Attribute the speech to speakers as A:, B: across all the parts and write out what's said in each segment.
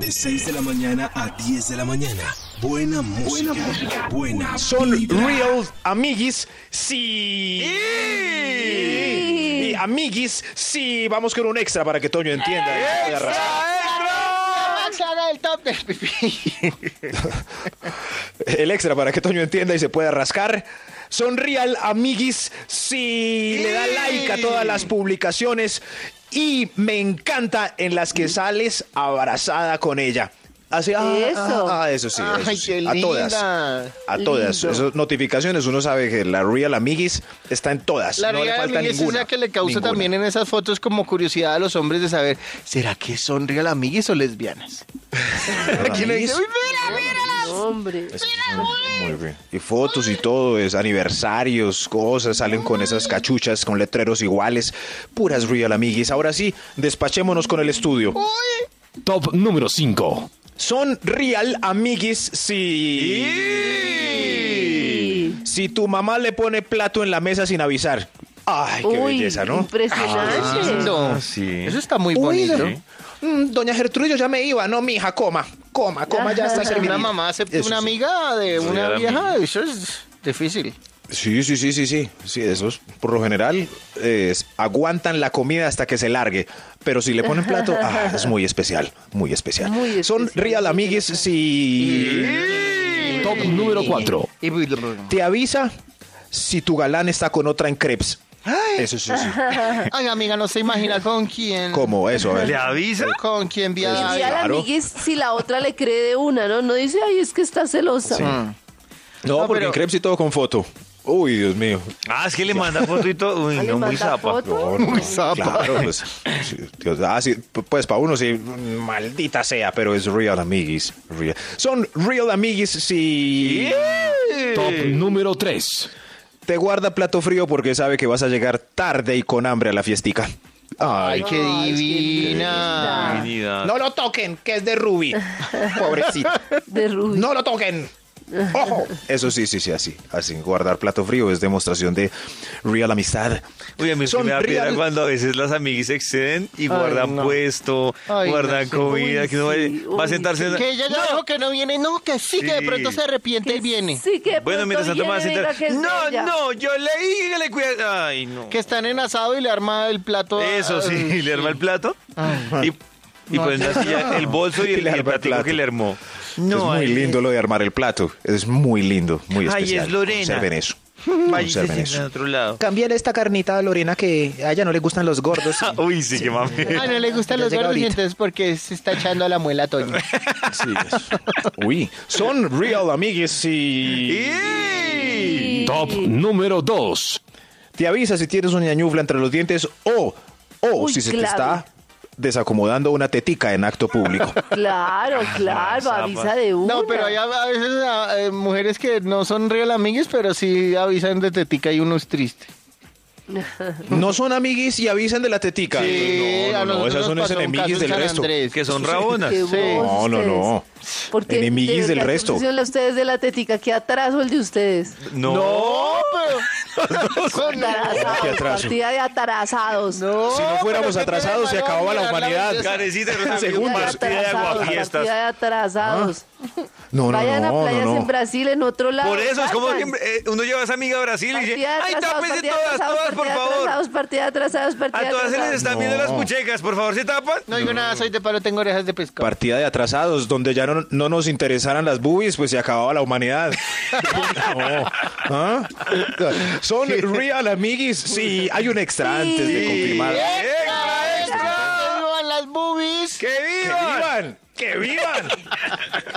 A: De 6 de la mañana a 10 de la mañana. Buena música. Buena música. Buena
B: Son
A: vibra.
B: real amiguis, sí. Y amiguis, sí. Vamos con un extra para que Toño entienda. Voy a arrastrar.
C: Haga el top
B: Pues,
C: del pipí.
B: El extra para que Toño entienda y se pueda rascar. Son real amiguis, sí. Le da like a todas las publicaciones y me encanta en las que sales abrazada con ella. Así, ah,
D: Eso.
B: ah, ah, eso sí. eso
C: Ay,
B: sí.
C: qué
B: A todas.
C: linda.
B: A todas.
C: Lindo.
B: Esas notificaciones, uno sabe que la Real Amiguis está en todas.
C: La
B: no le
C: realidad
B: falta
C: de Miguel es
B: ninguna.
C: esa que le causa
B: ninguna.
C: también en esas fotos como curiosidad a los hombres de saber, ¿será que son real amigues o lesbianas? Aquí le dice, "Uy, mira, mira".
D: Hombre.
B: Muy bien. Y fotos y todo, es aniversarios, cosas, salen con esas cachuchas, con letreros iguales. Puras Real Amiguis. Ahora sí, despachémonos con el estudio.
E: Top número 5.
B: Son Real Amiguis si. Si tu mamá le pone plato en la mesa sin avisar. Ay, qué
D: Uy,
B: belleza, ¿no? Ah,
D: Impresionante.
C: Lindo. Ah, Eso está muy bonito.
B: Mm, Doña Gertrudis, ya me iba. No, mija, coma. Coma, coma, ya está
C: Una mamá acepta
B: Eso
C: una
B: sí.
C: amiga de una
E: real
C: vieja, eso es difícil.
B: Sí, sí, sí, sí, sí. Sí, esos por lo general es- aguantan la comida hasta que se largue. Pero si le ponen plato, ah, es muy especial, muy especial.
D: Muy
B: Son
D: especial,
B: real
D: sí,
B: amigues si
E: Top número 4.
C: Y
B: te avisa si tu galán está con otra en crepes. Eso sí, sí.
C: Ay, amiga, no se imagina con quién.
B: ¿Cómo Pues eso? A ver.
F: avisa?
C: Con quién
D: Y a
C: viaja.
D: la
B: Claro.
D: amiguis, si la otra le cree de una, ¿no? No dice, ay, es que está celosa.
B: No,
C: No,
B: porque
C: pero-
B: en crepes y todo con foto. Uy, Dios mío.
F: Ah, es que le manda foto y todo. Uy,
D: Ah, ¿le
F: no, muy
D: manda
F: zapa.
D: foto?
B: No, no,
C: zapa.
B: Claro, pues, sí, Dios, ah, sí, p- pues para uno sí, maldita sea, pero es real amiguis. real. Son real amiguis si
E: Top número 3.
B: te guarda plato frío porque sabe que vas a llegar tarde y con hambre a la fiestica.
C: Ay,
B: Ay,
C: qué
D: Ay, qué
C: divina.
D: linda.
F: No,
B: no lo toquen, que es de Ruby. Pobrecito.
D: De Ruby.
B: No lo toquen. Ojo. Eso sí, sí, sí, así. Así, guardar plato frío es demostración de real amistad.
F: Uy, a mí es que
B: Son
F: me da piedra
B: real-
F: cuando a veces las amiguis se exceden y guardan
C: no.
F: puesto,
C: Ay,
F: guardan
C: no, sí.
F: comida.
D: Uy,
F: que no va,
D: sí,
F: va a
D: uy,
F: sentarse. en la-
C: Que ella ya dijo que no viene, no, que sí, que de
F: Sí.
C: pronto se arrepiente y viene.
D: Sí, que de
F: Bueno,
D: pronto
F: mira, Santa
D: viene,
F: Tomás,
D: venga, que es de
F: No,
D: ella.
F: no, yo le dije que le cuida. Ay, no.
C: Que están en asado y le arma el plato. a-
F: Eso sí, le arma el plato. Y, y
C: No,
F: pues
C: no.
F: la silla, el bolso y
B: Y le
F: el, y el
B: arma el
F: platico
B: plato.
F: que le armó.
B: es muy
F: ay,
B: lindo lo de armar el plato. Es muy lindo, muy
F: Ay,
B: especial.
F: es Lorena.
B: Observen eso.
F: Vaya, y se
B: Observen
F: sienta en
B: eso.
F: otro lado.
B: Cambiar esta carnita a Lorena que a ella no le gustan los gordos.
F: Uy, sí, que mami.
C: Ah, no le gustan
B: Ya
C: los
B: llega
C: gordos y
B: ahorita.
C: entonces porque se está echando a la muela Toño.
B: Uy, son real amigues y
E: Top número 2.
B: te avisa si tienes una ñañufla entre los dientes o o
D: Uy,
B: si se te
D: clave.
B: está desacomodando una tetica en acto público.
D: Claro,
B: Ah,
D: claro,
F: zapa.
D: avisa de una.
C: No, pero hay a, a veces a- eh, mujeres que no son real amigues, pero sí avisan de tetica y uno es triste.
B: No son amiguis y avisan de la tetica.
C: Sí, a
B: no, no, no,
C: nosotros
B: esas son
C: nos
B: las
C: pasó un caso
B: enemigas
C: en
B: del
C: San
B: resto.
C: Andrés.
F: Que son rabonas.
D: Qué
C: Sí.
D: bobos
B: No, no, no.
D: ustedes. Porque
B: Enemiguis del
D: deberían
B: resto.
D: decirle a ustedes de la tetica, qué atraso el de ustedes.
F: No.
C: No,
F: Oh.
C: pero... Con-
D: Atarazados,
B: Qué atraso.
D: partida de atarazados.
C: No,
B: Si no fuéramos
C: pero ¿qué
B: atrasados, se
C: tiene de malo
B: acababa la
C: mirar
B: humanidad.
C: belleza?
F: Carecita, no se
D: Partida de
F: partida de
D: atrasados,
F: aguafiestas.
D: partida de
B: Ah.
D: atrasados.
B: No, no,
D: Vayan
B: no,
D: a playas
B: no, no.
D: en Brasil, en otro lado.
F: Por eso es como
D: salgan.
F: siempre, eh, uno lleva a esa amiga a Brasil y dice,
D: Partida de
F: ay,
D: atrasados,
F: tápense
D: partida de
F: todas,
D: atrasados,
F: todas, por
D: partida de
F: favor.
D: atrasados, partida de atrasados, partida de
F: A todas se les
D: atrasados.
F: están viendo las muchecas, por favor, se tapan.
C: No, yo nada, soy de palo, tengo orejas de pescado.
B: Partida de atrasados, donde ya no, no nos interesaran las boobies, pues se acababa la humanidad. No. ¿Ah? Son real amiguis. Sí, hay un extra antes de
D: Sí.
B: confirmar.
F: ¡Extra,
C: ¡Que
F: extra!
C: vivan las boobies!
F: ¡Que vivan!
B: ¡Que vivan! ¡Que vivan!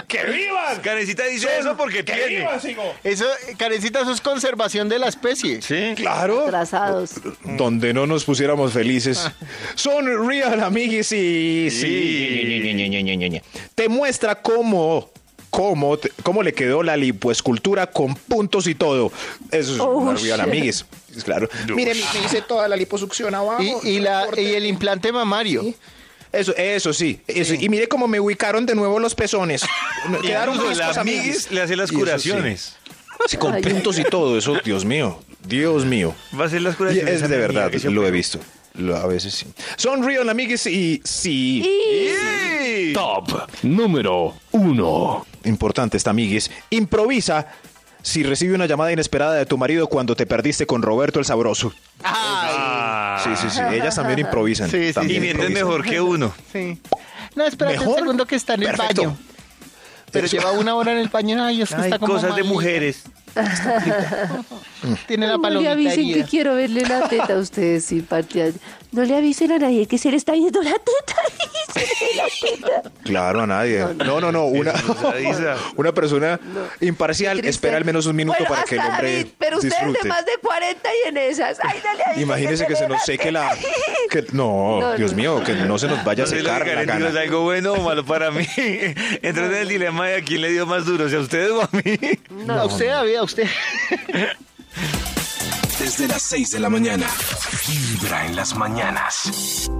B: ¡Que vivan!
F: Carecita dice eso porque
B: ¡Que
F: tiene.
B: vivan, sigo!
C: Eso, Karencita, eso es conservación de la especie.
F: Sí.
B: Claro.
D: Atrasados.
B: Donde no nos pusiéramos felices. Son real amiguis y sí. Te muestra cómo, cómo, te- cómo le quedó la lipoescultura con puntos y todo. Eso es
D: Oh,
B: una
D: shit.
B: real amiguis. Claro. Mire, me me hice toda la liposucción abajo.
C: Y, y la, y el implante mamario.
B: Eso, eso sí, eso. Y mire cómo me ubicaron de nuevo los pezones. Me Quedaron
F: Incluso
B: discos
F: la amiguis le hace las
B: Y eso sí.
F: curaciones.
B: Sí, con
D: Ay,
B: puntos y todo, eso, Dios mío. Dios mío.
F: Va a hacer las
B: Y
F: curaciones.
B: es
F: a la
B: de
F: amiga
B: verdad,
F: que se
B: lo he
F: operó.
B: visto. lo- a veces sí. Son real amigues y sí.
E: Top número 1.
B: Importante esta amiguis. Improvisa si recibe una llamada inesperada de tu marido cuando te perdiste con Roberto el Sabroso. Sí, sí, sí. Ellas también improvisan.
C: Sí, sí,
B: también
F: Y mienten
B: improvisan.
F: mejor que uno.
C: Sí. No, espérate
B: ¿Mejor?
C: un segundo que está en el
B: Perfecto.
C: baño. Pero lleva una hora en el baño. Ay, es que
F: Hay
C: está como
F: cosas de
C: malita.
F: mujeres.
C: Tiene la
D: No le
C: palomita
D: avisen que
C: herida.
D: quiero verle la teta a ustedes, sí, partida. No le avisen a nadie que se le está viendo la teta. se le ve la teta.
B: Claro, a nadie. No, no, no. Una,
F: Eso no se avisa.
B: una persona imparcial
D: Triste.
B: espera al menos un minuto
D: Bueno,
B: para que el
D: hasta
B: hombre
D: David, pero usted es
B: disfrute.
D: de más de 40 y en esas. Ay, no le avisen
B: Imagínese que
D: le
B: se
D: ve
B: nos
D: la
B: seque
D: teta.
B: la... que- no,
D: No,
B: Dios
D: no.
B: mío, que no se nos vaya a
F: No sé lo que
B: secar la
F: Karen dijo, ¿Es
B: gana.
F: algo bueno o malo para mí? Entonces el dilema de a quién le dio más duro, si a ustedes o a mí.
C: A usted, David, a usted.
A: Desde las 6 de la mañana. Vibra en las mañanas.